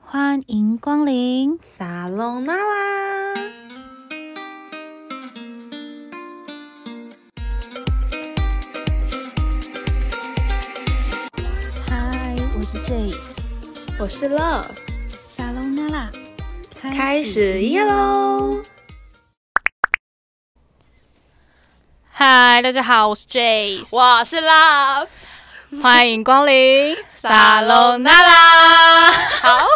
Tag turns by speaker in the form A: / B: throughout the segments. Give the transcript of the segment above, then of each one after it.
A: 欢迎光临。
B: 撒隆那拉。
A: 嗨，我是 Jace，
B: 我是 Love，
A: 撒隆那拉，
B: 开始耶喽！
C: 嗨，大家好，我是 Jace，
B: 我是 Love，
C: 欢迎光临沙龙娜拉。
B: 好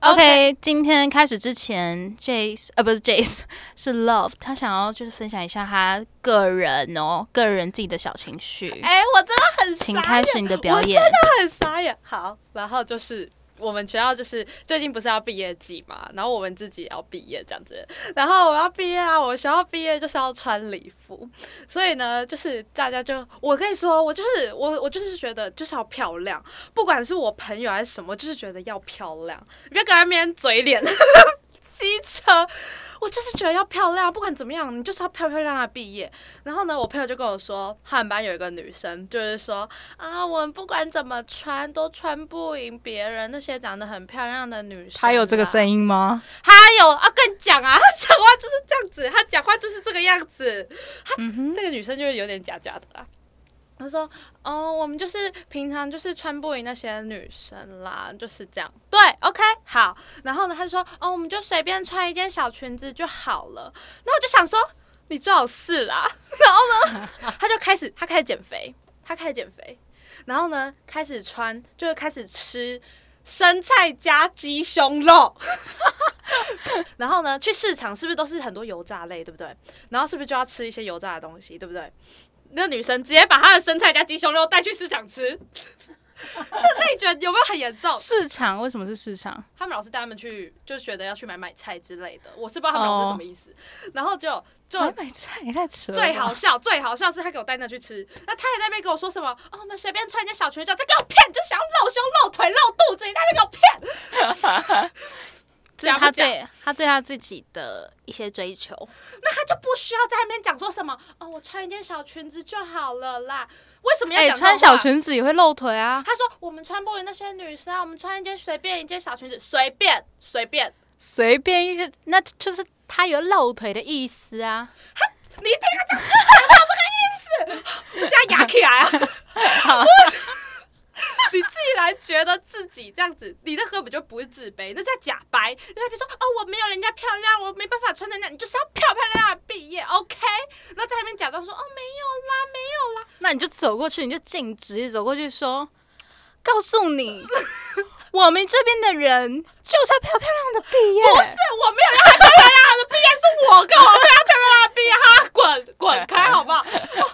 C: OK，今天开始之前，Jace 呃不是 Jace 是 Love，他想要就是分享一下他个人哦，个人自己的小情绪。
B: 哎、我真的很傻眼
C: 请开始你的表演
B: 我真的很傻眼。好，然后就是我们学校就是最近不是要毕业季嘛，然后我们自己也要毕业这样子，然后我要毕业啊，我学校毕业就是要穿礼服，所以呢，就是大家就我跟你说，我就是我我就是觉得就是要漂亮，不管是我朋友还是什么，就是觉得要漂亮，你不要跟他们嘴脸。 机车，我就是觉得要漂亮，不管怎么样，你就是要漂漂亮亮地毕业。然后呢，我朋友就跟我说，他们班有一个女生，就是说啊，我们不管怎么穿都穿不赢别人那些长得很漂亮的女生。
C: 他有这个声
B: 音，
C: 音吗？
B: 他有啊，跟你讲啊，他 讲话就是这样子，他讲话就是这个样子。
C: 嗯哼，
B: 那个女生就是有点假假的啦。她说：“哦，我们就是平常就是穿不赢那些女生啦，就是这样。对，OK，好。然后呢，她说：哦，我们就随便穿一件小裙子就好了。那我就想说，你最好是啦。 然后呢，她就开始，她开始减肥，她开始减肥，然后呢，开始穿，就是开始吃生菜加鸡胸肉。 然后呢，去市场是不是都是很多油炸类，对不对？然后是不是就要吃一些油炸的东西，对不对？那女生直接把她的生菜加鸡胸肉带去市场吃，那那你觉得有没有很严重？
C: 市场为什么是市场？
B: 他们老师带他们去，就觉得要去买买菜之类的，我是不知道他们老
C: 哦
B: 师什么意思。然后就就
C: 买买菜也太扯了吧。
B: 最好笑，最好笑是他给我带那去吃，那他还在那边跟我说什么？哦，我们随便穿一件小裙子，再给我骗，就想要露胸、露腿、露肚子，你在那边给我骗。
C: 这是
B: 假
C: 他
B: 不
C: 对他对他自己的一些追求。
B: 那他就不需要在那边讲说什么哦，我穿一件小裙子就好了啦。为什么要
C: 哎、
B: 讲、
C: 穿小？裙子也会露腿啊，
B: 他说我们穿不赢那些女生啊，我们穿一件随便一件小裙子，随便随便。
C: 随便一些，那就是他有露腿的意思啊。
B: 你一定要讲讲到这个意思，我这样牙起来啊！ 你自己来觉得自己这样子，你那根本就不是自卑，那在假白。你在那边说哦，我没有人家漂亮，我没办法穿成那样，你就是要漂漂亮亮毕业，OK？然后在那边假装说哦，没有啦，没有啦。
C: 那你就走过去，你就径直走过去说：“告诉你， 我们这边的人就是要漂漂亮亮的毕业。”
B: 哦不是，我没有让他漂漂亮啊亮的毕业，是我跟我让他漂漂亮啊亮地毕业，哈，滚滚开好不好？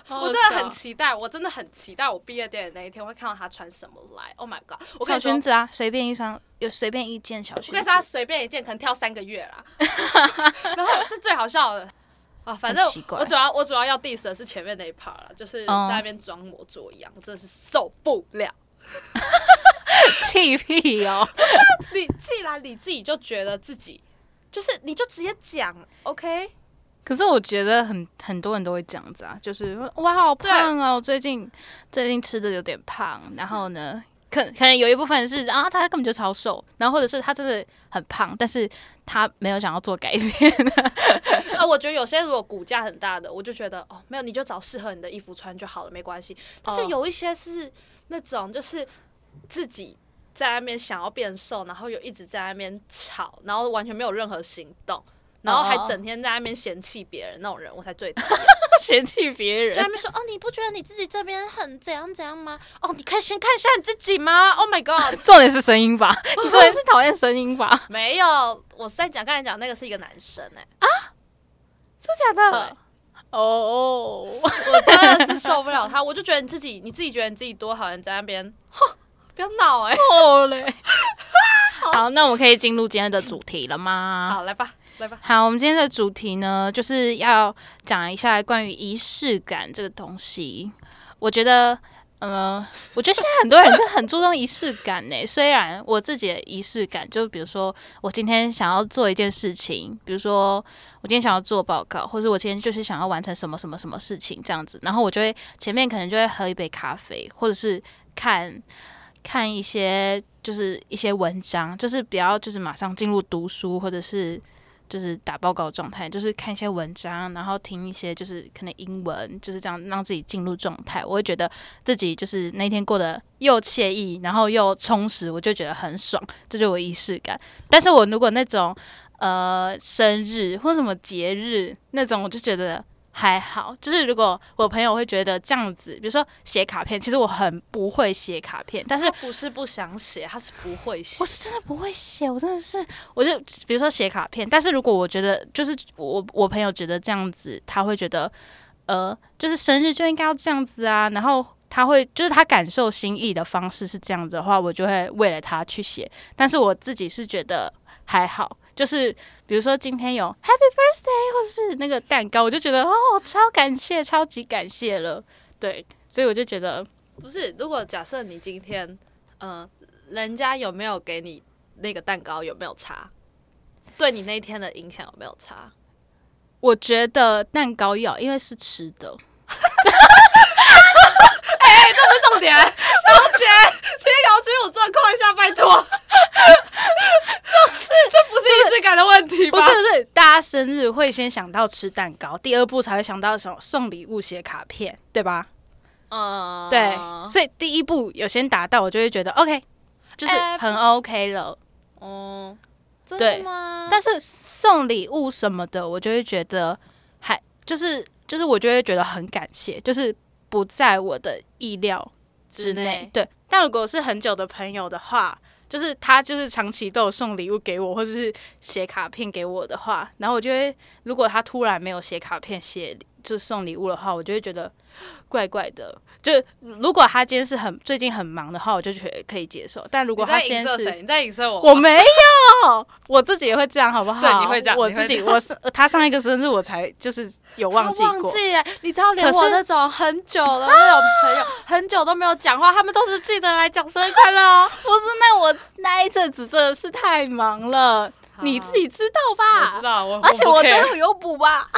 B: 哦我真的很期待，我真的很期待我毕业典礼那一天会看到他穿什么来。Oh my god！我跟
C: 小
B: 你说，
C: 裙子啊，随便一双，有随便一件小
B: 我
C: 裙
B: 跟你
C: 子
B: 说，，他随便一件可能挑三个月 啦。然后这最好笑的。啊，反正
C: 很奇怪
B: 我主要我主要要 diss 的是前面那一 part 啦，就是在
C: 哦
B: 那边装模作样，我真的是受不了。
C: 气屁哦！
B: 你既然你自己就觉得自己，就是你就直接讲，OK？
C: 可是我觉得很很多人都会这样子啊，就是我好胖哦，最近最近吃的有点胖，然后呢，可可能有一部分是啊，他根本就超瘦，然后或者是他真的很胖，但是他没有想要做改变。
B: 啊，我觉得有些如果骨架很大的，我就觉得哦，没有，你就找适合你的衣服穿就好了，没关系。但是
C: 哦
B: 有一些是那种就是自己在那边想要变瘦，然后又一直在那边吵，然后完全没有任何行动。然后还
C: 哦
B: 整天在那边嫌弃别人那种人，我才最讨厌。
C: 嫌弃别
B: 就在
C: 人
B: 那，边说哦，你不觉得你自己这边很怎样怎样吗？哦，你可以先看一下你自己吗？Oh my god！
C: 重点是声音吧？你重点是讨厌声音吧？
B: 没有，我是在讲刚才讲那个是一个男生哎、
C: 真假
B: 的？
C: 哦，
B: 我 真的是受不了他，我就觉得你自己，你自己觉得你自己多好，你在那边，哼，不要闹哎、
C: 哦嘞。好，那我们可以进入今天的主题了吗？
B: 好，来吧，来吧。
C: 好，我们今天的主题呢，就是要讲一下关于仪式感这个东西。我觉得，呃，我觉得现在很多人就很注重仪式感呢。虽然我自己的仪式感，就比如说我今天想要做一件事情，比如说我今天想要做报告，或者我今天就是想要完成什么什么什么事情这样子，然后我就会前面可能就会喝一杯咖啡，或者是看看一些就是一些文章，就是不要就是马上进入读书或者是就是打报告状态，就是看一些文章，然后听一些就是可能英文，就是这样让自己进入状态。我会觉得自己就是那天过得又惬意，然后又充实，我就觉得很爽，这就是我仪式感。但是我如果那种呃生日或什么节日那种，我就觉得还好。就是如果我朋友会觉得这样子，比如说写卡片，其实我很不会写卡片，但是
B: 他不是不想写，他是不会写
C: 我。是真的不会写，我真的是，我就比如说写卡片，但是如果我觉得就是我我朋友觉得这样子，他会觉得呃，就是生日就应该要这样子啊，然后他会就是他感受心意的方式是这样子的话，我就会为了他去写，但是我自己是觉得还好。就是比如说今天有 Happy Birthday 或者是那个蛋糕，我就觉得哦，超感谢，超级感谢了，对，所以我就觉得
B: 不是，如果假设你今天，嗯、人家有没有给你那个蛋糕有没有差？对你那一天的影响有没有差？
C: 我觉得蛋糕要，因为是吃的，
B: 这重点， 小姐，请咬追我这扣一下，拜托。 就是，这不是仪式感的问 题吧？
C: 不是不是，大家生日会先想到吃蛋糕，第二步才会想到什么送礼物、写卡片，对吧？
B: 嗯，
C: 对，所以第一步有先达到，我就会觉得 OK，就是
B: 哎
C: 很 OK 了。
B: 哦，真
C: 对
B: 的吗？
C: 但是送礼物什么的，我就会觉得还就是就是我就会觉得很感谢，就是不在我的意料之
B: 之
C: 内
B: 内。
C: 对，但如果是很久的朋友的话，就是他就是长期都有送礼物给我，或者是写卡片给我的话，然后我就会，如果他突然没有写卡片写就是送礼物的话，我就会觉得怪怪的。就如果他今天是很最近很忙的话，我就觉得可以接受。但如
B: 如
C: 果他
B: 在影
C: 今天
B: 射
C: 是
B: 谁？你在影射我吗？哦
C: 我没有，我自己也哦会这样，好不好？
B: 对你会这样
C: 我
B: 你会
C: 自己，
B: 这
C: 我是呃他上一个生日我才就是有忘记
B: 忘
C: 过，
B: 记耶，你知道，连
C: 可
B: 我
C: 是
B: 那种很久的那种朋友， 很久都没有讲话，他们都是记得来讲生日快乐哦。
C: 不是？那我那一阵子真的是太忙了，你自己知道吧？
B: 道，啊我
C: 而且我最
B: 真
C: 后有补吧。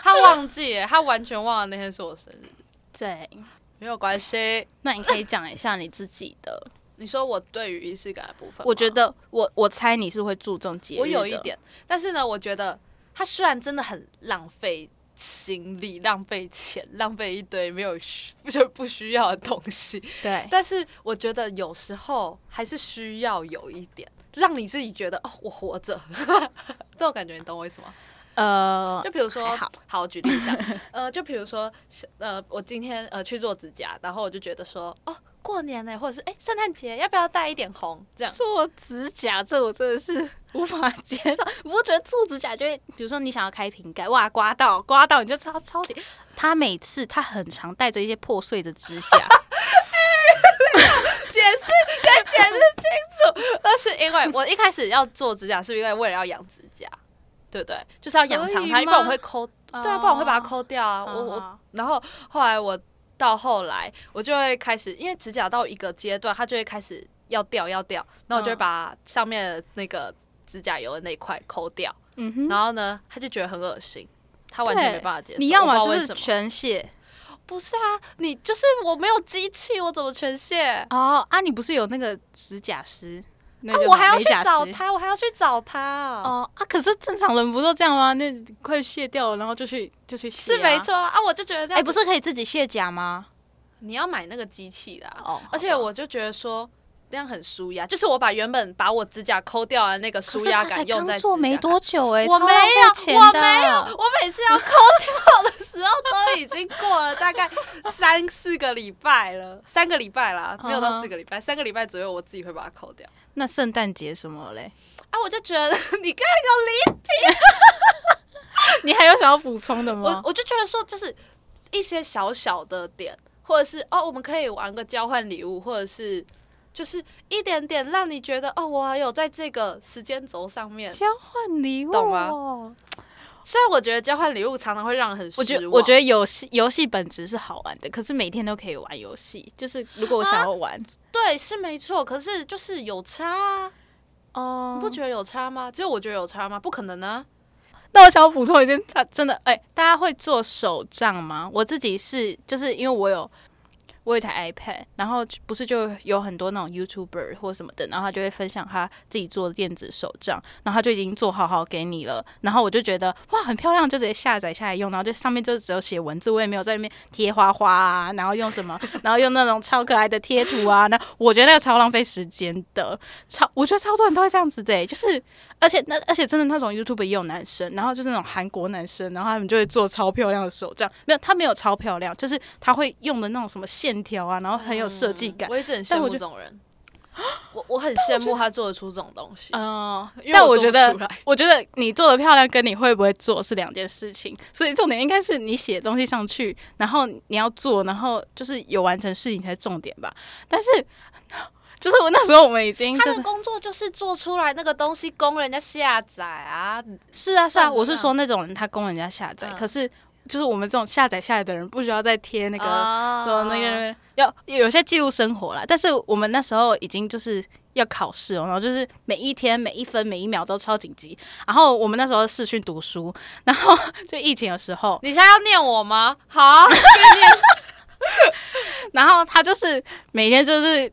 B: 他忘记耶，他完全忘了那天是我生日，
C: 对，
B: 没有关系。
C: 那你可以讲一下你自己的。
B: 你说我对于仪式感的部分吗，
C: 我觉得我我猜你是会注重节日，
B: 我有一，点，但是呢，我觉得他虽然真的很浪费心力、浪费钱、浪费一堆没有需 就不需要的东西，
C: 对
B: 但是我觉得有时候还是需要有一点，让你自己觉得哦，我活着， 这种感觉，你懂我意思吗？
C: 呃，
B: 就比如说
C: 还好，
B: 好，我举例一下，呃，就比如说，呃，我今天呃去做指甲，然后我就觉得说，哦，过年呢、或者是哎，圣诞节要不要带一点红？这样，
C: 做指甲这我真的是无法接受。你不觉得做指甲就会，比如说你想要开瓶盖，哇，刮到刮到，你就超超级。他每次他很常带着一些破碎的指 甲，
B: 解释，先解释清楚。那是因为我一开始要做指甲，是因为为了要养指甲，对不对？就是要养长
C: 可以
B: 它，
C: 吗
B: 不然我会抠，
C: 对
B: 对啊，不然我会把它。抠掉啊。我我，然后后来我到后来，我就会开始，因为指甲到一个阶段，它就会开始要掉要掉，那我就会
C: 嗯
B: 把上面的那个指甲油的那一块抠掉，
C: 嗯哼，
B: 然后呢，他就觉得很恶心。他完全
C: 对
B: 没办法接受，
C: 你要
B: 我不知
C: 么
B: 道
C: 就
B: 为
C: 是
B: 什么
C: 全卸
B: 不是啊？你就是我没有机器，我怎么全卸？
C: 哦啊，你不是有那个指甲师，那
B: 啊
C: 个叫什么
B: 我还要去
C: 美甲
B: 找
C: 师
B: 他，我还要去找他哦，
C: 哦啊，可是正常人不都这样吗？那快卸掉了，然后就去就去卸、
B: 是没。错啊，啊我就觉得那
C: 哎、不，是可以自己卸甲吗？
B: 你要买那个机器的啊、
C: 哦，
B: 而且我就觉得说那样很舒压，就是我把原本把我指甲抠掉的那个舒压感用在指甲
C: 做没多久哎、
B: 我
C: 超
B: 没
C: 浪费
B: 有，
C: 钱
B: 我
C: 的
B: 没有，我每次 要抠掉的时候都已经过了大概三四个礼拜了，三个礼拜啦，没有
C: 嗯
B: 到
C: 哼
B: 四个礼拜，三个礼拜左右我自己会把它抠掉。
C: 那圣诞节什么嘞？
B: 啊，我就觉得 你刚
C: 你还有想要补充的
B: 我？我就觉得说，就是一些小小的点，或者是哦，我们可以玩个交换礼物，或者是就是一点点让你觉得哦，我还有在这个时间轴上面。
C: 交换礼物，哦
B: 懂吗？虽然我觉得交换礼物常常会让人很失
C: 我觉
B: 望，
C: 得我觉得游戏游戏本质是好玩的，可是每天都可以玩游戏。就是如果我想要玩，
B: 对是没错，可是就是有差、啊，
C: 哦
B: 你不觉得有差吗？只有我觉得有差吗？不可能啊！
C: 那我想要补充一件，他真的哎、大家会做手账吗？我自己是，就是因为我有我有一台 iPad，然后不是就有很多那种 YouTuber 或什么的，然后他就会分享他自己做的电子手账，然后他就已经做好好给你了，然后我就觉得哇很漂亮，就直接下载下来用，然后就上面就只有写文字，我也没有在那边贴花花啊，然后用什么，然后用那种超可爱的贴图啊，那我觉得那个超浪费时间的，超我觉得超多人都会这样子的、欸就是而且那而且真的那种 YouTube 也有男生，然后就是那种韩国男生，然后他们就会做超漂亮的手账，没有他没有超漂亮，就是他会用的那种什么线条啊，然后很有设计感。
B: 嗯我一直很羡
C: 但我
B: 慕
C: 就
B: 这种人，我我很羡慕他做得出这种东西。
C: 嗯、
B: 因为
C: 但
B: 我
C: 我
B: 做
C: 觉
B: 不
C: 得
B: 出来，
C: 我觉得你做的漂亮跟你会不会做是两件事情，所以重点应该是你写东西上去，然后你要做，然后就是有完成事情才是重点吧。但是， 就是我那时候我们已经就
B: 他
C: 是
B: 的工作就是做出来那个东西供人家下载啊，
C: 是啊，是啊，
B: 算了
C: 我是
B: 啦
C: 说那种人他供人家下载，
B: 嗯
C: 可是就是我们这种下载下来的人，不需要再贴那
B: 那
C: 个、
B: 个
C: 说那个要有些记录生活啦。但是我们那时候已经就是要考试哦，然后就是每一天每一分每一秒都超紧急。然后我们那时候试训读书，然后 就疫情的时候，
B: 你现在要念我吗？好啊，
C: 然后他就是每天就是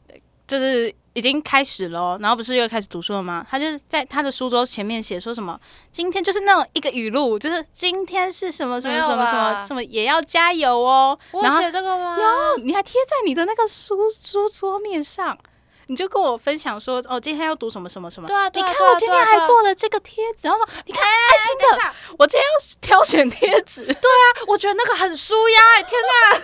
C: 就是已经开始了哦，然后不是又开始读书了吗？他就是在他的书桌前面写说什么，今天就是那种一个语录，就是今天是什么什么什么什
B: 没有
C: 么
B: 吧
C: 什么也要加油哦。
B: 我
C: 然后
B: 写这啊个吗？
C: 哦你还贴在你的那个书书桌面上，你就跟我分享说，哦，今天要读什么什么什么。
B: 对啊，
C: 你
B: 对啊
C: 看
B: 对啊
C: 我今天
B: 对啊
C: 还
B: 对啊哎
C: 做了这个贴纸，然后说你看爱心
B: 等一
C: 的，
B: 下
C: 我今天要挑选贴纸，
B: 我觉得那个很舒压、
C: 哎
B: 欸，天哪！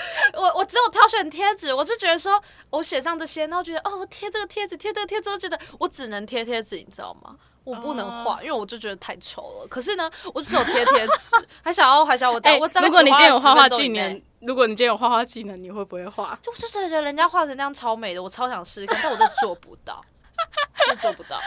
B: 我我只有挑选贴纸，我就觉得说，我写上这些，然后觉得哦，我贴这个贴纸，贴这个贴纸，我觉得我只能贴贴纸，你知道吗？我不能画
C: 嗯
B: 因为我就觉得太丑了。可是呢，我就只有贴贴纸，还想要还想要我等、
C: 哎
B: 我大概
C: 如果你
B: 只
C: 今天有
B: 花
C: 画
B: 了
C: 画
B: 10分钟
C: 技
B: 以内
C: 能，，如果你今天有画画技能，你会不会画？
B: 就我就真的觉得人家画成那样超美的，我超想试试看，但我真的做不 到，真的做不到。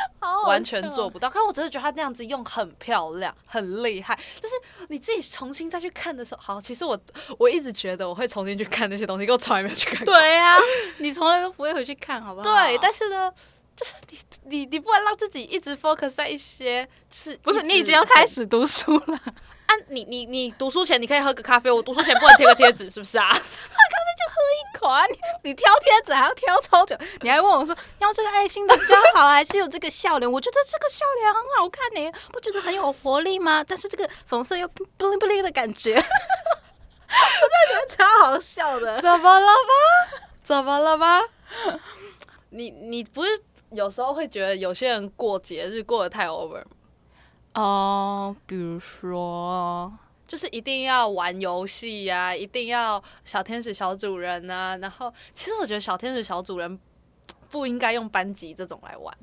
B: 完全做不到。但我只是觉得他那样子用很漂亮，很厉害。就是你自己重新再去看的时候，好，其实我我一直觉得我会重新去看那些东西，可我从来没有去看 过。
C: 对呀、你从来都不会回去看，好不好？
B: 啊对，啊但是呢，就是你你你不能让自己一直 focus 在一些，就是
C: 不是
B: 一直
C: 你已经要开始读书了，
B: 啊？你你你读书前你可以喝个咖啡，我读书前不能贴个贴纸，是不是啊？
C: 垮啊你你挑贴纸还要挑超久，你还问我说要这个爱心的比较好，啊还是有这个笑脸？我觉得这个笑脸很好看呢、不觉得很有活力吗？但是这个粉色又不灵不灵的感觉， 我真的觉得超好笑的。
B: 怎么了吗？怎么了吗？你你不是有时候会觉得有些人过节日过得太 over 吗
C: 哦、比如说，
B: 就是一定要玩游戏呀，一定要小天使小主人啊。然后，其实我觉得小天使小主人不应该用班级这种来玩，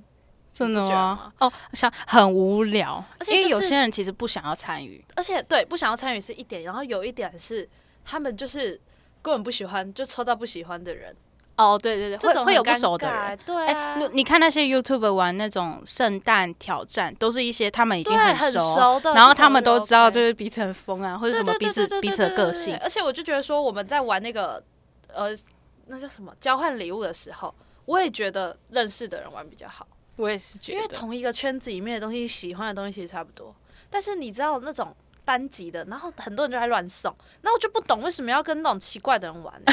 C: 真
B: 你
C: 的
B: 不觉得吗
C: 吗？哦，想很无聊，
B: 而且
C: 因为
B: 就
C: 有
B: 是
C: 些人其实不想要参与。
B: 而且对不想要参与是一点，然后有一点是他们就是根本不喜欢，就抽到不喜欢的人，
C: 哦，对对对，
B: 这
C: 会
B: 种
C: 会有
B: 很
C: 不
B: 尴
C: 熟的
B: 尬
C: 人。，
B: 对
C: 哎、
B: 啊、
C: 你你看那些 YouTube 玩那种圣诞挑战，都是一些他们已经
B: 对
C: 很
B: 很
C: 熟，
B: 熟的
C: 然后
B: 这种
C: 他们都
B: 就
C: 知道
B: OK
C: 就是彼此很疯啊，或者
B: 对
C: 什么
B: 对
C: 彼
B: 对
C: 此
B: 对对
C: 彼
B: 对
C: 此的
B: 对
C: 个
B: 对
C: 性。
B: 而且我就觉得说，我们在玩那个呃，那叫什么交换礼物的时候，我也觉得认识的人玩比较好。
C: 我也是觉
B: 因为同一个圈子里面的东西，喜欢的东西其实差不多。但是你知道那种班级的，然后很多人就在乱送，然后我就不懂为什么要跟那种奇怪的人玩、 欸。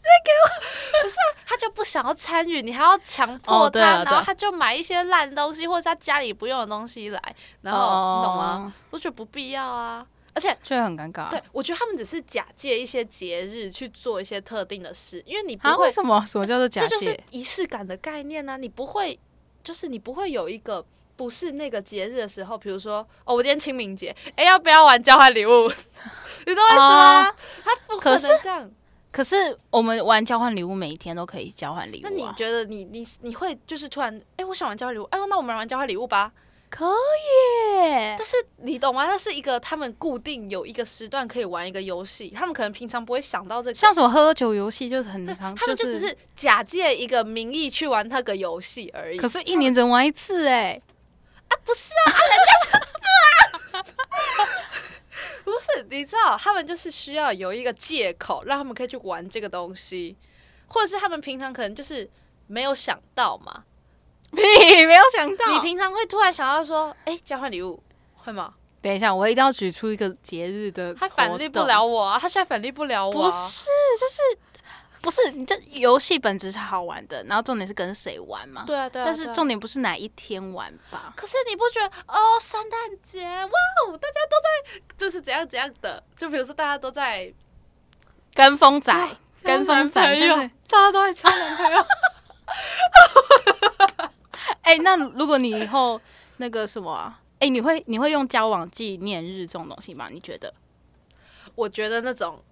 B: 这给我不是啊，他就不想要参与，你还要强迫他，
C: 哦对啊对啊
B: 然后他就买一些烂东西或者他家里不用的东西来，然后、你懂吗？
C: 哦？
B: 我觉得不必要啊。而且，
C: 就会很尴尬。
B: 对，我觉得他们只是假借一些节日去做一些特定的事，因为你不
C: 啊，
B: 会
C: 为什么什么叫做假
B: 这就
C: 借？
B: 是仪式感的概念啊！你不会，就是你不会有一个不是那个节日的时候，比如说哦，我今天清明节，哎、要不要玩交换礼物？ 你懂我意思吗？他不
C: 哦可
B: 可
C: 是
B: 能这样。
C: 可是我们玩交换礼物，每一天都可以交换礼物、
B: 那
C: 啊。
B: 你觉得你你你会就是突然，哎、我想玩交换礼物，哎呦，那我们玩交换礼物吧？
C: 可以？
B: 但是你懂吗？那是一个他们固定有一个时段可以玩一个游戏，他们可能平常不会想到这个。
C: 像什么喝酒游戏，就是很
B: 对
C: 常，
B: 他们就只
C: 是，
B: 是假借一个名义去玩那个游戏而已。
C: 可是一年只能玩一次哎、
B: 不是啊，人家不是， 你知道，他们就是需要有一个借口，让他们可以去玩这个东西，或者是他们平常可能就是没有想到嘛。
C: 屁，没有想到
B: 你平常会突然想到说，哎、交换礼物会吗？
C: 等一下，我一定要举出一个节日的，
B: 他反
C: 例
B: 例不了。我啊，他现在反例不了我、
C: 不
B: 啊。
C: 是，就是不是，你这游戏本质是好玩的，然后重点是跟谁玩嘛。、
B: 对啊，对啊。
C: 但是
B: 对啊
C: 重点不是哪一天玩吧？
B: 可是你不觉得哦，圣诞节哇哦，大家都在就是怎样怎样的？就比如说大家都在
C: 跟风仔， 跟风仔，
B: 交男朋
C: 像
B: 友
C: 是，
B: 大家都在交男朋友，
C: 哎、那如果你以后那个什么、啊，哎、你会你会用交往纪念日这种东西吗？你觉得？
B: 我觉得那种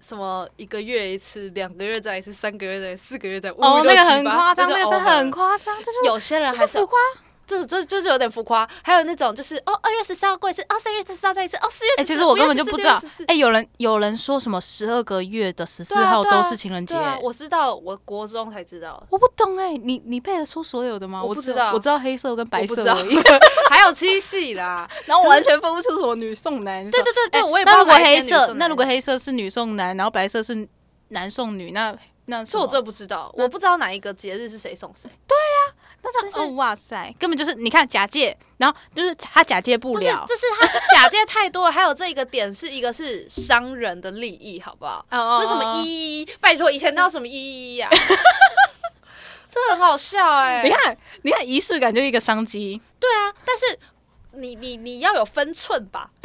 B: 什么一个月一次、两个月再一次、三个月再一次、四个月再一次
C: 哦，
B: 五
C: 那
B: 六
C: 个
B: 七
C: 很
B: 八
C: 夸张，
B: 就
C: 那个真
B: over
C: 的
B: 了
C: 很夸张，就是
B: 有些人
C: 就
B: 还
C: 是
B: 是
C: 浮夸。
B: 这这就是有点浮夸，还有那种就是哦，二月十四号过一次，哦，三月十四号再一次，哦，四啊月
C: 哎、
B: 14。
C: 其实我
B: 5月
C: 根本就
B: 14
C: 不知道
B: 6月14。
C: 哎、有人有人说什么十二个月的十四
B: 对啊
C: 号
B: 对啊
C: 都是情人节、
B: 对啊，我知道，我国中才知道，
C: 我不懂哎、你你背得出所有的吗？
B: 我
C: 我
B: 不
C: 只
B: 知道
C: 我知道黑色跟白
B: 我不
C: 色
B: 知道
C: 而已，
B: 还有七夕 啦。
C: 然后 我完全分不出什么女送男。
B: 对对对对，
C: 哎
B: 我也不知道
C: 那如果
B: 哪一天
C: 黑
B: 女
C: 色，
B: 生
C: 那
B: 来
C: 如果黑色是女送男，然后白色是男送女，那那
B: 这我真的不知道，我不知道哪一个节日是谁送谁。
C: 那是哦哇塞，根本就是你看假借，然后就是他假借不
B: 不是
C: 了，。
B: 这是他假借太多了。还有这一个点是一个是商人的利益，好不好？
C: 哦
B: 那什么？一一一，拜托，以前哪有什么一一 一呀？这很好笑哎、
C: 你看你看仪式感就是一个商机，
B: 对啊，但是你你你要有分寸吧。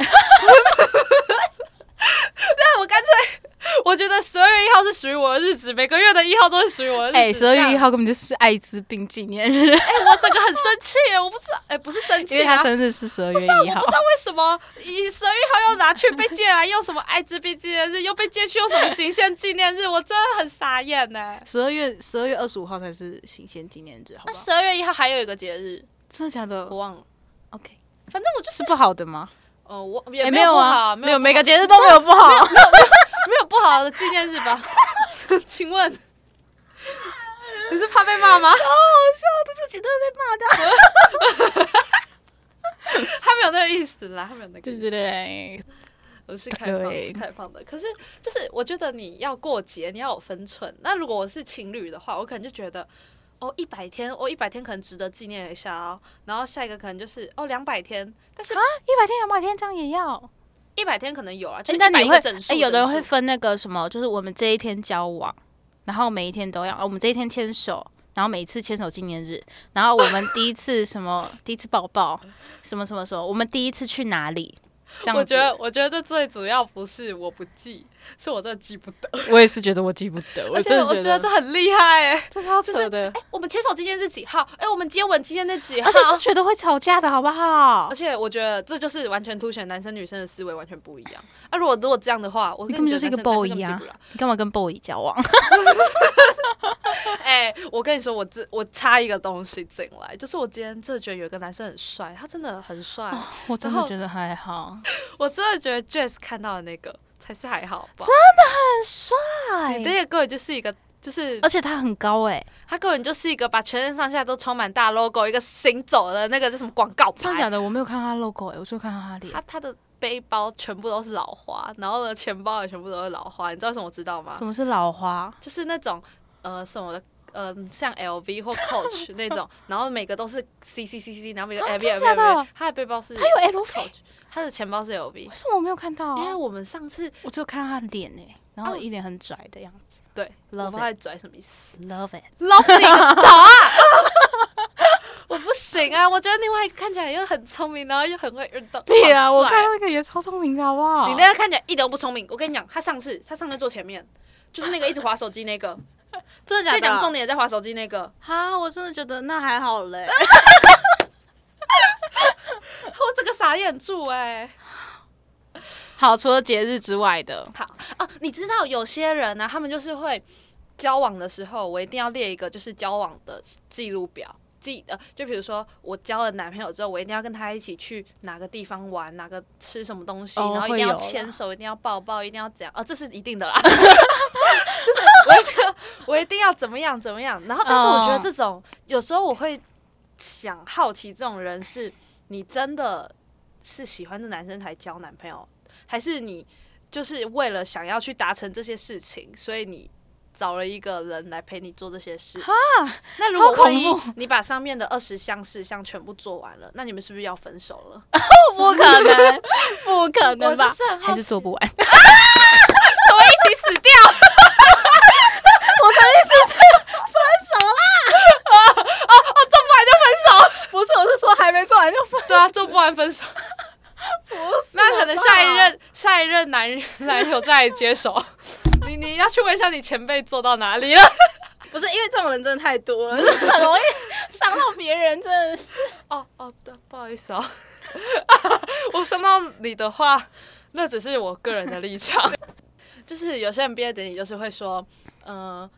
B: 那我干脆，我觉得十二月一号是属于我的日子，每个月的一号都是属于我的日子。
C: 哎，十二
B: 这
C: 月
B: 样
C: 一，号根本就是艾滋病纪念日，
B: 哎、我整个很生气耶，我不知道，哎、不是生
C: 因
B: 气、
C: 为
B: 啊，
C: 他生日是十二月一号
B: 不。知道为什么以哎十二月一号又拿去被借来，又什么艾滋病纪念日，又被借去，又什么行宪纪念日，我真的很傻眼呢。
C: 十二月十二月二十五号才是行宪纪念日，好
B: 那
C: 不好？
B: 十二月一号还有一个节日，
C: 真的假的
B: 我忘了。
C: ？OK，
B: 反正我就是
C: 不好的吗？
B: 哦，我也
C: 哎
B: 没有不好，
C: 啊，
B: 没
C: 有
B: 有
C: 每个节日都没有不好。
B: 没有不好的纪念日 吧？请问你是怕被骂吗？
C: 自己都被骂掉。
B: 他没有那个意思啦，他没有那个
C: 对
B: 意思。
C: 对对，
B: 我是开放
C: 对
B: 的，开放的。可是就是我觉得你要过节，你要有分寸。那如果我是情侣的话，我可能就觉得。哦，一百天，哦，一百天可能值得纪念一下哦。然后下一个可能就是哦，两百天，但是
C: 一百天两百天这样也要。
B: 一百天可能有啊， 就
C: 哎
B: 是，
C: 那
B: 100
C: 你
B: 个
C: 会
B: 整数
C: 哎，有的人
B: 整
C: 会
B: 数
C: 分那个什么，就是我们这一天交往，然后每一天都要，啊我们这一天牵手。然后每一次牵手纪念日，然后我们第一次 什么，第一次抱抱，什么什么什么，我们第一次去哪里？这样
B: 我觉得
C: 子，
B: 我觉得这最主要不是我不记，是我真的记不得。
C: 我也是觉得我记不 得，
B: 而且我觉得这很厉害哎、
C: 这超
B: 就是
C: 扯的，
B: 我们牵手今天是几号？哎、我们接吻今天是几号？
C: 而且是觉得会吵架的好不好
B: 而？且我觉得这就是完全凸显男生女生的思维完全不一样。啊，如果如果这样的话，我
C: 你
B: 跟
C: 根本就是一个 boy
B: 一
C: 啊！你干嘛跟 boy 交往？
B: 哎、我跟你说，我这我插一个东西进来，就是我今天真的觉得有一个男生很帅，他真的很帅，
C: 我真
B: 然
C: 的
B: 后
C: 觉得还好，
B: 我真的觉得 Jess 看到的那个才是还好吧？
C: 很帅
B: 你这个根本就是一个。就是
C: 而且他很高哎、
B: 他根本就是一个把全身上下都充满大 logo，一个行走的那个叫什么广告
C: 真的假
B: 牌。
C: 的？我没有看到他 logo 哎、我只有看到他脸
B: 他。他的背包全部都是老花，然后呢，钱包也全部都是老花。你知道为什么我知道吗
C: 什？么是老花？
B: 就是那种呃什么的。呃，像 LV 或 Coach 那种，然后每个都是 C C C C，然后每个
C: 啊
B: LV
C: 真的假
B: LV，
C: 的
B: LV 他的背包是他
C: 有 LV
B: Coach，他的钱包是 LV，
C: 为什么我没有看到、
B: 因为
C: 啊？
B: 我们上次
C: 我只有看到他的脸哎、然后
B: 啊
C: 一脸很拽的样子。
B: 对，我
C: Love
B: 不知道在拽什么意思，
C: Love it。
B: 捞你个头啊！ 我不行啊，我觉得另外一个看起来又很聪明，然后又很会运动，
C: 对啊，
B: 好
C: 我
B: 帅
C: 看到那个也超聪明的好不好？
B: 你那个看起来一点都不聪明。我跟你讲，他上次他上次坐前面，就是那个一直划手机那 个，
C: 真
B: 在讲重？点也在划手机那个，
C: 哈，我真的觉得那还好嘞、
B: 我这个傻眼住哎、
C: 好，除了节日之外的，
B: 好哦、你知道有些人呢、他们就是会交往的时候，我一定要列一个就是交往的记录表。记呃，就比如说我交了男朋友之后，我一定要跟他一起去哪个地方玩，哪个吃什么东西，
C: 哦
B: 然后一
C: 会
B: 定要
C: 有啦
B: 牵手，一定要抱抱，一定要怎样？哦，这是一定的啦。就是我一定要，我一定要怎么样怎么样。然后，但是我觉得
C: 哦
B: 这种、有时候我会想好奇，这种人是你真的是喜欢这男生才交男朋友，还是你就是为了想要去达成这些事情，所以你找了一个人来陪你做这些事。
D: 那如
C: 好
D: 果万
C: 恐
D: 一
C: 怖
B: 你把上面的二十项事项全部做完了，那你们是不是要分手 了？
C: 不可能， 不可能
B: 我
C: 吧
B: 就？是很好
C: 还是做不 完？
D: 不是，我是说还没做完就分。
B: 对啊，做不完分手。那可能下一任下一任男人男友再来 接手。你你要去问一下你前辈做到哪里了？
D: 不是因为这种人真的太多了， 就是很容易伤到别人，真的是。
B: 哦哦，对，不好意思哦， 我伤到你的话，那只是我个人的立场。 就是有些人毕业典礼就是会说，嗯、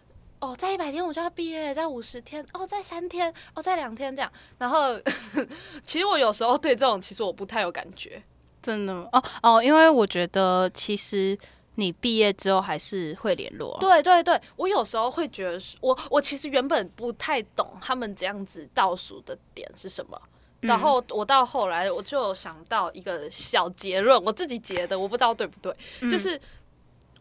B: 哦，在一百天我就要毕业，在五十天，哦，在三天，哦，在两天这样。然后， 其实我有时候对这种，其实我不太有感觉。
C: 真的吗？哦哦，因为我觉得其实你毕业之后还是会联络。
B: 对对对，我有时候会觉得是，我我其实原本不太懂他们这样子倒数的点是什么。然后
C: 嗯
B: 我到后来，我就有想到一个小结论，我自己结的，我不知道对不对。
C: 嗯
B: 就是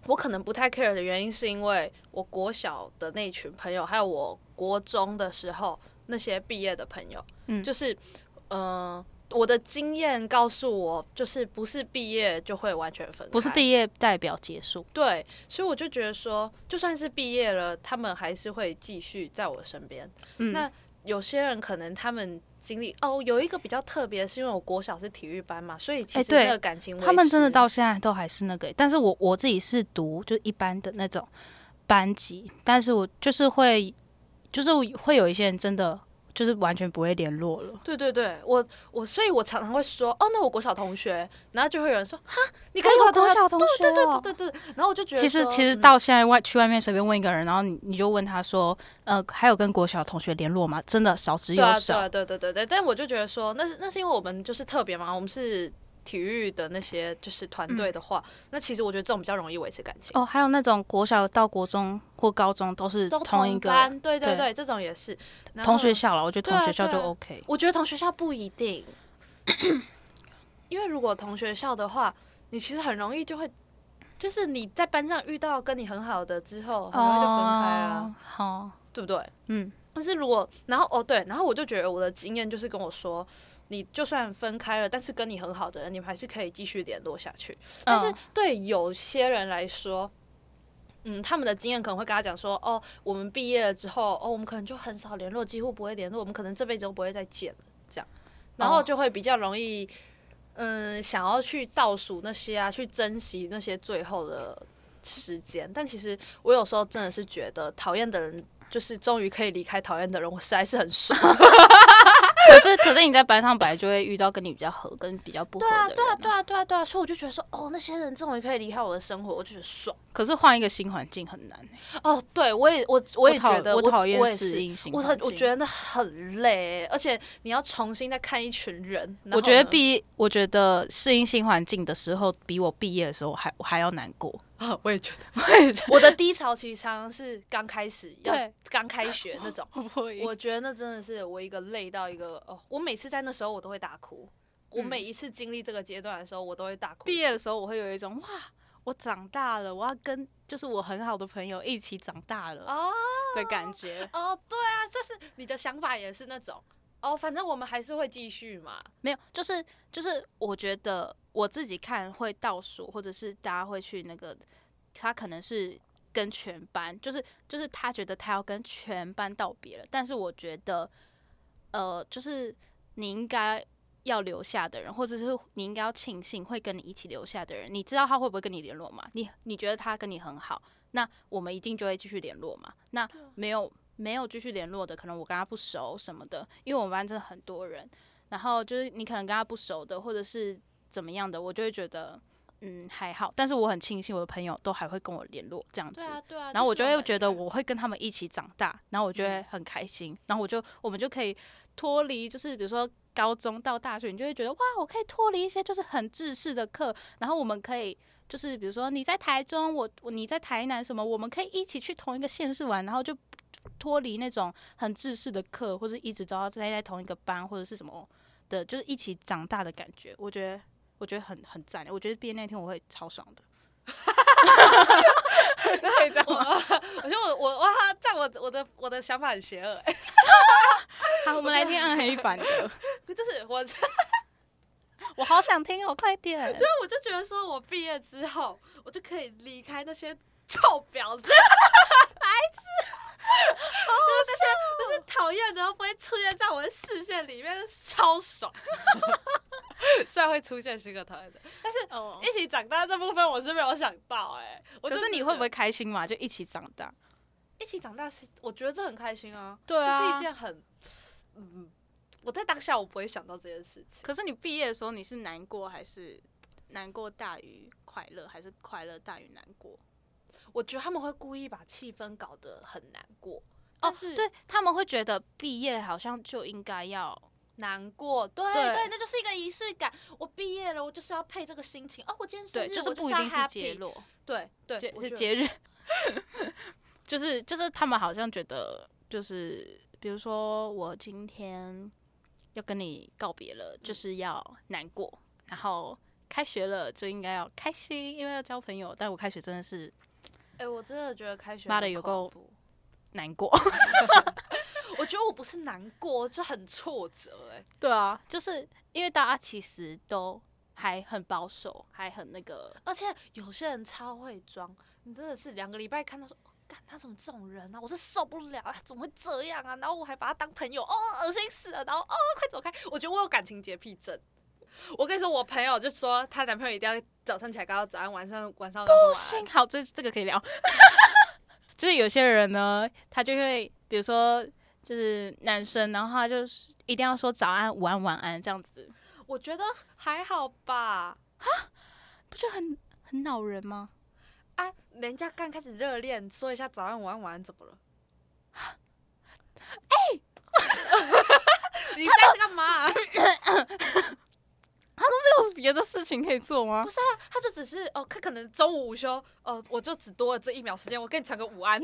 B: 我可能不太 care 的原因，是因为我国小的那群朋友，还有我国中的时候那些毕业的朋友，
C: 嗯
B: 就是嗯、呃我的经验告诉我，就是不是毕业就会完全分开，
C: 不是毕业代表结束，
B: 对，所以我就觉得说，就算是毕业了，他们还是会继续在我身边。
C: 嗯
B: 那有些人可能他们经历哦，有一个比较特别，是因为我国小是体育班嘛，所以其
C: 哎
B: 实
C: 对
B: 那个感情维持、
C: 他们真的到现在都还是那个，但是我我自己是读就一般的那种班级，但是我就是会就是会有一些人真的就是完全不会联络了。
B: 对对对，我我所以，我常常会说哦，那我国小同学，然后就会有人说哈，你跟
C: 还
B: 你
C: 哦有
B: 同
C: 国
B: 学
C: 小同学、哦
B: 对对对对对，然后我就觉得
C: 其实
B: 说
C: 其实
B: 嗯
C: 到现在外去外面随便问一个人，然后你你就问他说，呃，还有跟国小同学联络吗？真的少之
B: 对
C: 又
B: 啊，
C: 少。
B: 对啊，对对对对，但我就觉得说，那是那是因为我们就是特别嘛，我们是体育的那些就是团
C: 嗯
B: 队的话，那其实我觉得这种比较容易维持感情。
C: 哦，还有那种国小到国中或高中都是
B: 都
C: 同一个
B: 班，对对
C: 对
B: 对，这种也是然
C: 同
B: 后
C: 学校了，我觉得同
B: 对啊
C: 学校就
B: 对啊
C: OK。
B: 我觉得同学校不一定，因为如果同学校的话，你其实很容易就会，就是你在班上遇到跟你很好的之后，很容易就分开啊了，
C: 哦好，
B: 对不对？
C: 嗯，
B: 但是如果然后哦对，然后我就觉得我的经验就是跟我说，你就算分开了，但是跟你很好的人，你们还是可以继续联络下去。但是
C: 嗯
B: 对有些人来说，嗯，他们的经验可能会跟他讲说，哦，我们毕业了之后，哦，我们可能就很少联络，几乎不会联络，我们可能这辈子都不会再见了，这样，然后
C: 哦
B: 就会比较容易，嗯，想要去倒数那些啊，去珍惜那些最后的时间。但其实我有时候真的是觉得，讨厌的人就是终于可以离开讨厌的人，我实在是很爽。
C: 可是 可是你在班上本来就会遇到跟你比较合、跟比较不合
B: 对啊，
C: 的人。
B: 对啊，对啊，对啊，对啊，所以我就觉得说，哦，那些人终于可以离开我的生活，我就觉得爽。
C: 可是换一个新环境很难欸。
B: 哦，对，我也我我也觉得
C: 我
B: 我
C: 讨
B: 我
C: 厌
B: 也是
C: 适应新
B: 我
C: 环
B: 很
C: 境。
B: 我觉得很累，而且你要重新再看一群人。然
C: 我
B: 后
C: 觉得
B: 呢
C: 毕，我觉得适应新环境的时候，比我毕业的时候还我还要难过。
B: 啊，我也觉得，我的低潮其实常常是刚开 始，要
C: 对
B: 刚开学那 种。
C: 我
B: 我觉得那真的是我一个累到一个哦，我每次在那时候我都会大哭。我每一次经历这个阶段的时候，我都会大哭。
C: 嗯毕业的时候，我会有一种哇，我长大了，我要跟就是我很好的朋友一起长大了
B: 哦
C: 的感觉。
B: 哦，对啊，就是你的想法也是那种哦，反正我们还是会继续嘛。
C: 没有，就是就是，我觉得我自己看会倒数，或者是大家会去那个，他可能是跟全班，就是就是他觉得他要跟全班道别了，但是我觉得，呃，就是你应该要留下的人，或者是你应该要庆幸会跟你一起留下的人，你知道他会不会跟你联络吗？你你觉得他跟你很好，那我们一定就会继续联络嘛？那
B: 啊
C: 没有没有继续联络的，可能我跟他不熟什么的，因为我们班真的很多人。然后就是你可能跟他不熟的，或者是怎么样的，我就会觉得嗯还好。但是我很庆幸我的朋友都还会跟我联络这样子。
B: 对啊，对啊。
C: 然后我就
B: 这是
C: 会
B: 很
C: 觉得
B: 厉害
C: 我会跟他们一起长大，然后我就会很开心，然后我就我们就可以脱离，就是比如说高中到大学，你就会觉得哇，我可以脱离一些就是很制式的课，然后我们可以就是比如说你在台中，我我你在台南什么，我们可以一起去同一个县市玩，然后就脱离那种很制式的课，或者一直都要待在同一个班或者是什么的，就是一起长大的感觉，我觉得。我觉得很很赞，我觉得毕业那天我会超爽的。
B: 可以这样吗？我觉得我我哇，在我我的我的想法很邪恶、欸，
C: 好，我们来听暗黑版的。
B: 就是我
C: 我好想听哦，快 点！
B: 所以我就觉得说，我毕业之后，我就可以离开那些臭婊子、白痴， 那些那些讨厌的，然后不会出现在我的视线里面，超爽。 虽然会出现是个讨厌的，
C: 哦
B: 一起长大这部分我是没有想到哎、我
C: 可
B: 就是
C: 你
B: 只
C: 会不会开心嘛？就一起长大？
B: 一起长大是？我觉得这很开心啊，
C: 对
B: 这是
C: 啊
B: 一。件很嗯，我在当下我不会想到这件事情。
C: 可是你毕业的时候，你是难过还是难过大于快乐，还是快乐大于难过？
B: 我觉得他们会故意把气氛搞得很难过。
C: 哦
B: 但，是
C: 对他们会觉得毕业好像就应该要
B: 难过，对
C: 对
B: 对，那就是一个仪式感。我毕业了，我就是要配这个心情。哦，我今天生
C: 对，
B: 日，
C: 就
B: 我是
C: 是不一定
B: 要
C: 是
B: happy
C: 节。落，
B: 对对
C: 节，
B: 我觉得
C: 节日， 就是就是他们好像觉得就是，比如说我今天要跟你告别了，
B: 嗯
C: 就是要难过，然后开学了就应该要开心，因为要交朋友。但我开学真的是
B: 哎，我真的觉得开学
C: 妈的
B: 很
C: 有
B: 恐
C: 够
B: 怖。
C: 难过，
B: 我觉得我不是难过，就很挫折。哎，
C: 对啊，就是因为大家其实都还很保守，还很那个，
B: 而且有些人超会装，你真的是两个礼拜看到说。哦干他怎么这种人啊！我是受不了啊！怎么会这样啊？然后我还把他当朋友，哦，恶心死了！然后哦，快走开！我觉得我有感情洁癖症。我跟你说，我朋友就说她男朋友一定要早上起来跟她早安，晚上晚上不
C: 不行，好，这这个可以聊。 就是有些人呢，他就会，比如说，就是男生，然后他就是一定要说早安、午安、晚安这样子，
B: 我觉得还好吧。
C: 不觉得很很恼人吗？
B: 啊，人家刚开始热恋，说一下早安、晚安、晚安，怎么了？哎、 你在干嘛、啊
C: 有别的事情可以做吗？
B: 啊他就只是哦，他可能中午午休，哦、我就只多了这一秒时间，我给你传个午安。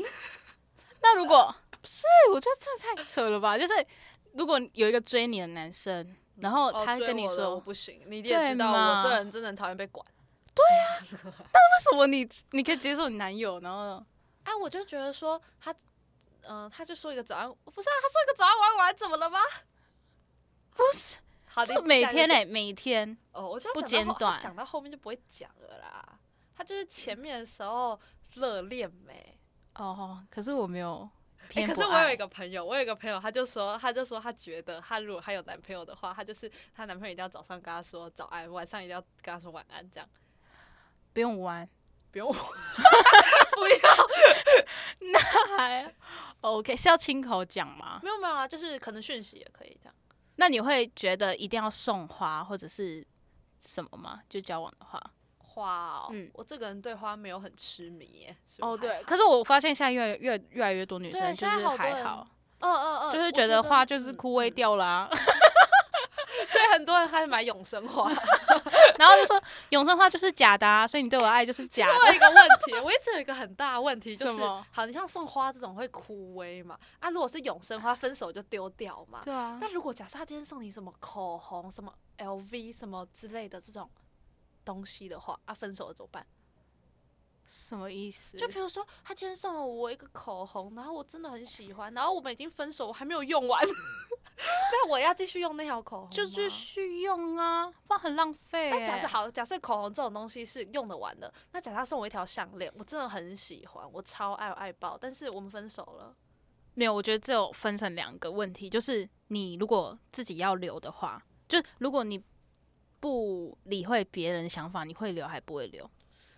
C: 那如果不是，我觉得这太扯了吧？就是如果有一个追你的男生，然后他
B: 哦追
C: 跟你
B: 我了
C: 说，
B: 我不行，你
C: 对
B: 也知道
C: 嘛
B: 我这人真的很讨厌被管。
C: 为什么你你可以接受你男友，然后呢
B: 啊，我就觉得说他，嗯、他就说一个早安，不是啊，他说一个早安、晚安、晚安，怎么了吗？
C: 不是
B: 好的，
C: 是每天
B: 呢。
C: 嘞、每天
B: 哦，我觉得
C: 不
B: 他
C: 间
B: 讲到后
C: 断
B: 讲到后面就不会讲了啦。他就是前面的时候热恋没、
C: 哦。可是我没有
B: 欸
C: 偏、
B: 可是我有一个朋友，我有一个朋友，他就说，他就说他觉得他如果他有男朋友的话，他就是他男朋友一定要早上跟他说早安，晚上一定要跟他说晚安，这样
C: 不用玩，
B: 不用我
C: 还哦 OK 是要亲口讲吗？
B: 没有没有啊，就是可能讯息也可以这样。
C: 那你会觉得一定要送花或者是什么吗？就交往的话，
B: 花哦，
C: 嗯
B: 我这个人对花没有很痴迷耶。所以我
C: 哦
B: 还
C: 对，
B: 好
C: 可是我发现现在越来越越来越多女
B: 对
C: 生就
B: 现在
C: 是
B: 好多
C: 还
B: 人
C: 好，
B: 嗯嗯嗯，
C: 就是
B: 我
C: 觉得花就是
B: 嗯
C: 枯萎
B: 嗯
C: 掉了啊，
B: 所以很多人开始买永生花。
C: 然后就说永生花就是假的、啊，所以你对我的爱就是假
B: 我
C: 的。
B: 有一个问题，我一直有一个很大的问题，就
C: 什
B: 是
C: 么
B: 好，你像送花这种会枯萎嘛？啊，如果是永生花，分手就丢掉嘛。
C: 对啊，
B: 那如果假设他今天送你什么口红、什么 LV、什么之类的这种东西的话，啊，分手了怎么办？
C: 什么意思？
B: 就比如说，他今天送了我一个口红，然后我真的很喜欢，然后我们已经分手，我还没有用完， 那我要继续用那条口红吗？
C: 就继续用啊，不然很浪费、欸。
B: 那假设好，假设口红这种东西是用得完的，那假设他送我一条项链，我真的很喜欢，我超爱爱爆，但是我们分手了，
C: 没有，我觉得这有分成两个问题，就是你如果自己要留的话，就是如果你不理会别人的想法，你会留还不会留？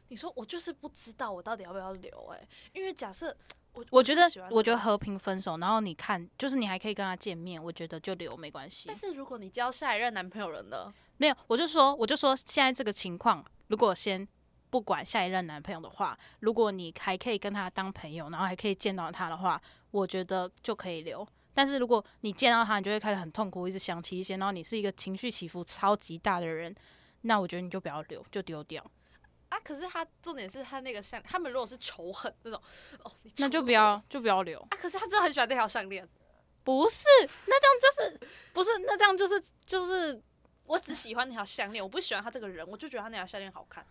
B: 你说我就是不知道我到底要不要留哎、因为假设我
C: 我觉
B: 是
C: 得
B: 喜欢，
C: 我觉得
B: 这个
C: 和平分手，然后你看，就是你还可以跟他见面，我觉得就留没关系
B: 但。是如果你交下一任男朋友了呢？
C: 没有，我就说，我就说现在这个情况，如果先不管下一任男朋友的话，如果你还可以跟他当朋友，然后还可以见到他的话，我觉得就可以留。但是如果你见到他，你就会开始很痛苦，一直想起一些，然后你是一个情绪起伏超级大的人，那我觉得你就不要留，就丢掉，
B: 啊，可是他重点是他那个项，他们如果是仇恨那种，哦，你
C: 那
B: 出
C: 就不
B: 轨
C: 要就不要留。
B: 啊，可是他真的很喜欢那条项链，
C: 不是，那这样就是不是，那这样就是就是，
B: 我只喜欢那条项链，我不喜欢他这个人，我就觉得他那条项链好看。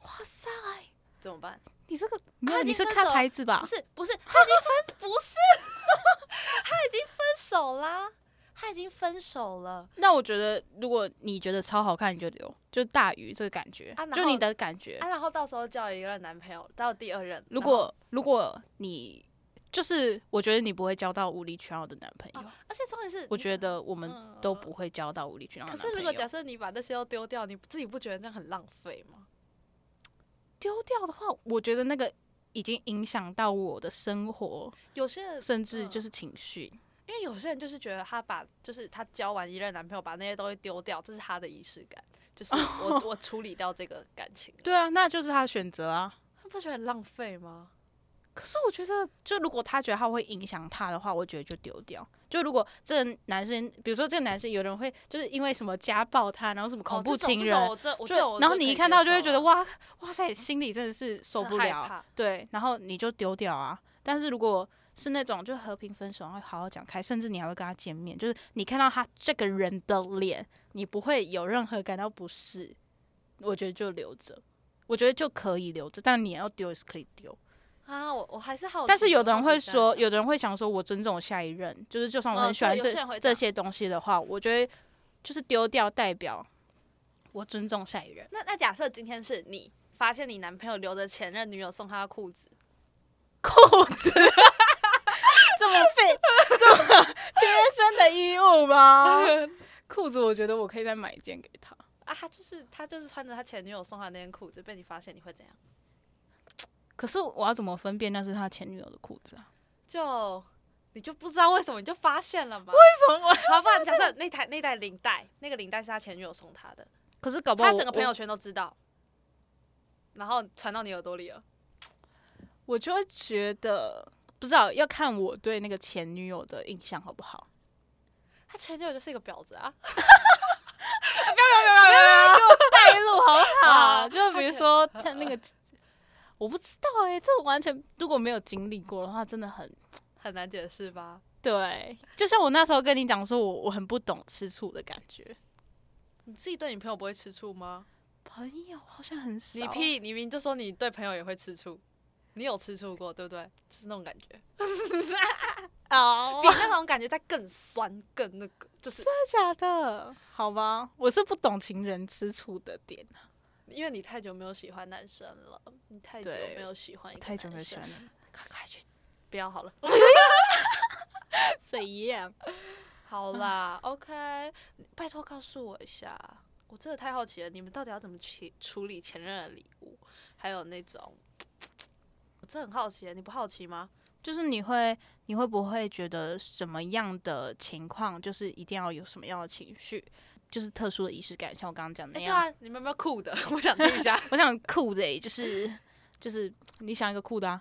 C: 哇塞，啊
B: 怎么办？
C: 你这个没有，
B: 已
C: 你
B: 经
C: 是
B: 分
C: 看
B: 手
C: 牌子吧
B: 不？是不是，他已经分 不是，他已经分手啦，他已经分手了。
C: 那我觉得，如果你觉得超好看，你就留，就大于这个感觉，
B: 啊然后
C: 就你的感觉。
B: 啊，然后到时候叫一个男朋友到第二任，
C: 如
B: 然后
C: 果如果你就是，我觉得你不会交到无理取闹的男朋友。
B: 哦而且重点是
C: 我
B: 你
C: 觉得我们
B: 嗯
C: 都不会交到无理取闹的
B: 可
C: 男
B: 是如
C: 朋友。
B: 果假设你把那些都丢掉，你自己不觉得这样很浪费吗？
C: 丢掉的话，我觉得那个已经影响到我的生活，
B: 有些人，
C: 甚至就是情绪。
B: 因为有些人就是觉得他把，就是他交完一任男朋友，把那些东西丢掉，这是他的仪式感， 就是我我处理掉这个感情了，
C: 对啊，那就是他的选择啊。
B: 他不觉得很浪费吗？
C: 可是我觉得，就如果他觉得他会影响他的话，我觉得就丢掉。就如果这个男生，比如说这个男生，有人会就是因为什么家暴他，然后什么恐怖情人，
B: 哦、这种这种我这
C: 就
B: 我这我
C: 然后
B: 可
C: 你
B: 以
C: 一看
B: 接
C: 到就会
B: 受
C: 觉得
B: 啊
C: 哇哇塞，心里真的是受不
B: 很害
C: 了，
B: 怕
C: 对，然后你就丢掉啊。但是如果是那种就和平分手，然后好好讲开，甚至你还会跟他见面，就是你看到他这个人的脸，你不会有任何感到不适，我觉得就留着，我觉得就可以留着，但你要丢也是可以丢。
B: 啊，我我还是好奇。
C: 但是有的
B: 我
C: 人
B: 好
C: 会
B: 奇
C: 说，
B: 这样
C: 有的人会想说，我尊重我下一任，就是就算我
B: 哦
C: 很喜欢
B: 对有
C: 这、
B: 些人会这
C: 这
B: 样
C: 些东西的话，我觉得就是丢掉，代表我尊重下一任。
B: 那那假设今天是你发现你男朋友留着前任女友送他的裤子，
C: 裤子，这么费， 这么贴身的衣物吗？裤子，我觉得我可以再买一件给他。
B: 啊，他就是他就是穿着他前女友送他那件裤子被你发现，你会怎样？
C: 可是我要怎么分辨那是他前女友的裤子啊？
B: 就你就不知道为什么你就发现了嘛？
C: 为什么？
B: 好，不然假设那台那袋领带，那个领带是他前女友送他的，
C: 可是搞不好
B: 他
C: 我
B: 整个朋友，圈都知道，然后传到你耳朵里了。
C: 我就会觉得不知道要看我对那个前女友的印象好不好。
B: 他前女友就是一个婊子啊！
C: 带路好不好？
B: 好
C: 就比如说他那 个，我不知道哎、欸，这完全如果没有经历过的话，真的很
B: 很难解释吧？
C: 对。就像我那时候跟你讲说我我很不懂吃醋的感觉，
B: 你自己对你朋友不会吃醋吗？
C: 朋友好像很少。
B: 你屁！你明明就说你对朋友也会吃醋，你有吃醋过对不对？就是那种 感觉。
C: 哦
B: 比，那种感觉再更酸、更那个，就是
C: 真的假的？好吧，我是不懂情人吃醋的点，啊
B: 因为你太久没有喜欢男生了，你太久
C: 对
B: 没有喜欢一个
C: 太久没有
B: 男
C: 喜
B: 生
C: 欢了，
B: 快快去，不要好了，
C: 怎样？
B: 好啦，OK，拜托告诉我一下，我真的太好奇了，你们到底要怎么去处理前任的礼物，还有那种，我真的很好奇，你不好奇吗？
C: 就是你会你会不会觉得什么样的情况就是一定要有什么样的情绪，就是特殊的仪式感，像我刚刚讲
B: 哎、
C: 那
B: 对
C: 样。
B: 啊，你们有没有酷的？ 我想听一下，
C: 我想酷的、欸，就是就是你想一个酷的、啊，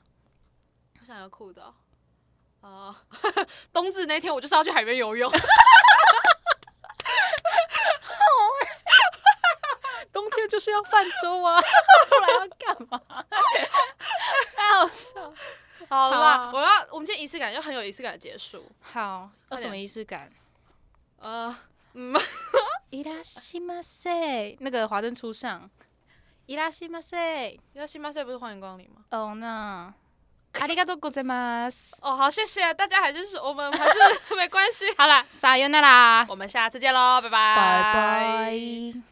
B: 我想要酷的哦。哦， 冬至那天我就是要去海边游泳，
C: 冬天就是要泛舟啊， 不然要干嘛？太好笑。
B: 好啦，
C: 好啊
B: 我要我们今天仪式感要很有仪式感的结束。
C: 好，有
B: 快
C: 什
B: 点
C: 么仪式感？
B: 呃，
C: 伊拉西马塞，那个华灯初上。伊拉西马塞，
B: 你 要星巴克不是欢迎光临吗？
C: 哦 那，阿里嘎多ございます。
B: 哦，好，谢谢大家，还是我们还是 没关系。
C: 好啦，撒よなら，
B: 我们下次见喽，拜拜，
C: 拜拜。